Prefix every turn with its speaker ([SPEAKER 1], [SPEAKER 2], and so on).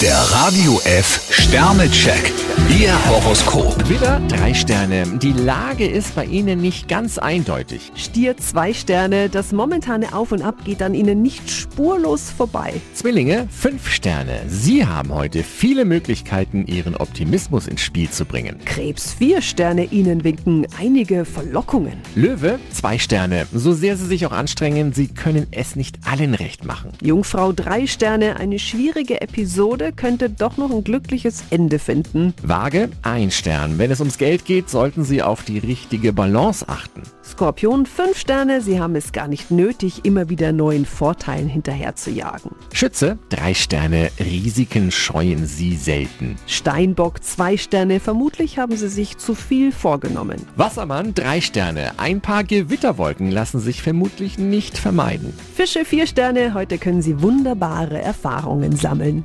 [SPEAKER 1] Der Radio F Sternecheck. Ihr Horoskop.
[SPEAKER 2] Widder, drei Sterne. Die Lage ist bei Ihnen nicht ganz eindeutig.
[SPEAKER 3] Stier zwei Sterne, das momentane Auf und Ab geht an Ihnen nicht spurlos vorbei.
[SPEAKER 2] Zwillinge, fünf Sterne. Sie haben heute viele Möglichkeiten, Ihren Optimismus ins Spiel zu bringen.
[SPEAKER 3] Krebs vier Sterne, Ihnen winken einige Verlockungen.
[SPEAKER 2] Löwe, zwei Sterne. So sehr Sie sich auch anstrengen, Sie können es nicht allen recht machen.
[SPEAKER 3] Jungfrau drei Sterne, eine schwierige Episode könnte doch noch ein glückliches Ende finden.
[SPEAKER 2] Waage, ein Stern. Wenn es ums Geld geht, sollten Sie auf die richtige Balance achten.
[SPEAKER 3] Skorpion fünf Sterne, Sie haben es gar nicht nötig, immer wieder neuen Vorteilen hinterher zu jagen.
[SPEAKER 2] Schütze, drei Sterne. Risiken scheuen Sie selten.
[SPEAKER 3] Steinbock zwei Sterne, vermutlich haben Sie sich zu viel vorgenommen.
[SPEAKER 2] Wassermann, drei Sterne. Ein paar Gewitterwolken lassen sich vermutlich nicht vermeiden.
[SPEAKER 3] Fische vier Sterne, heute können Sie wunderbare Erfahrungen sammeln.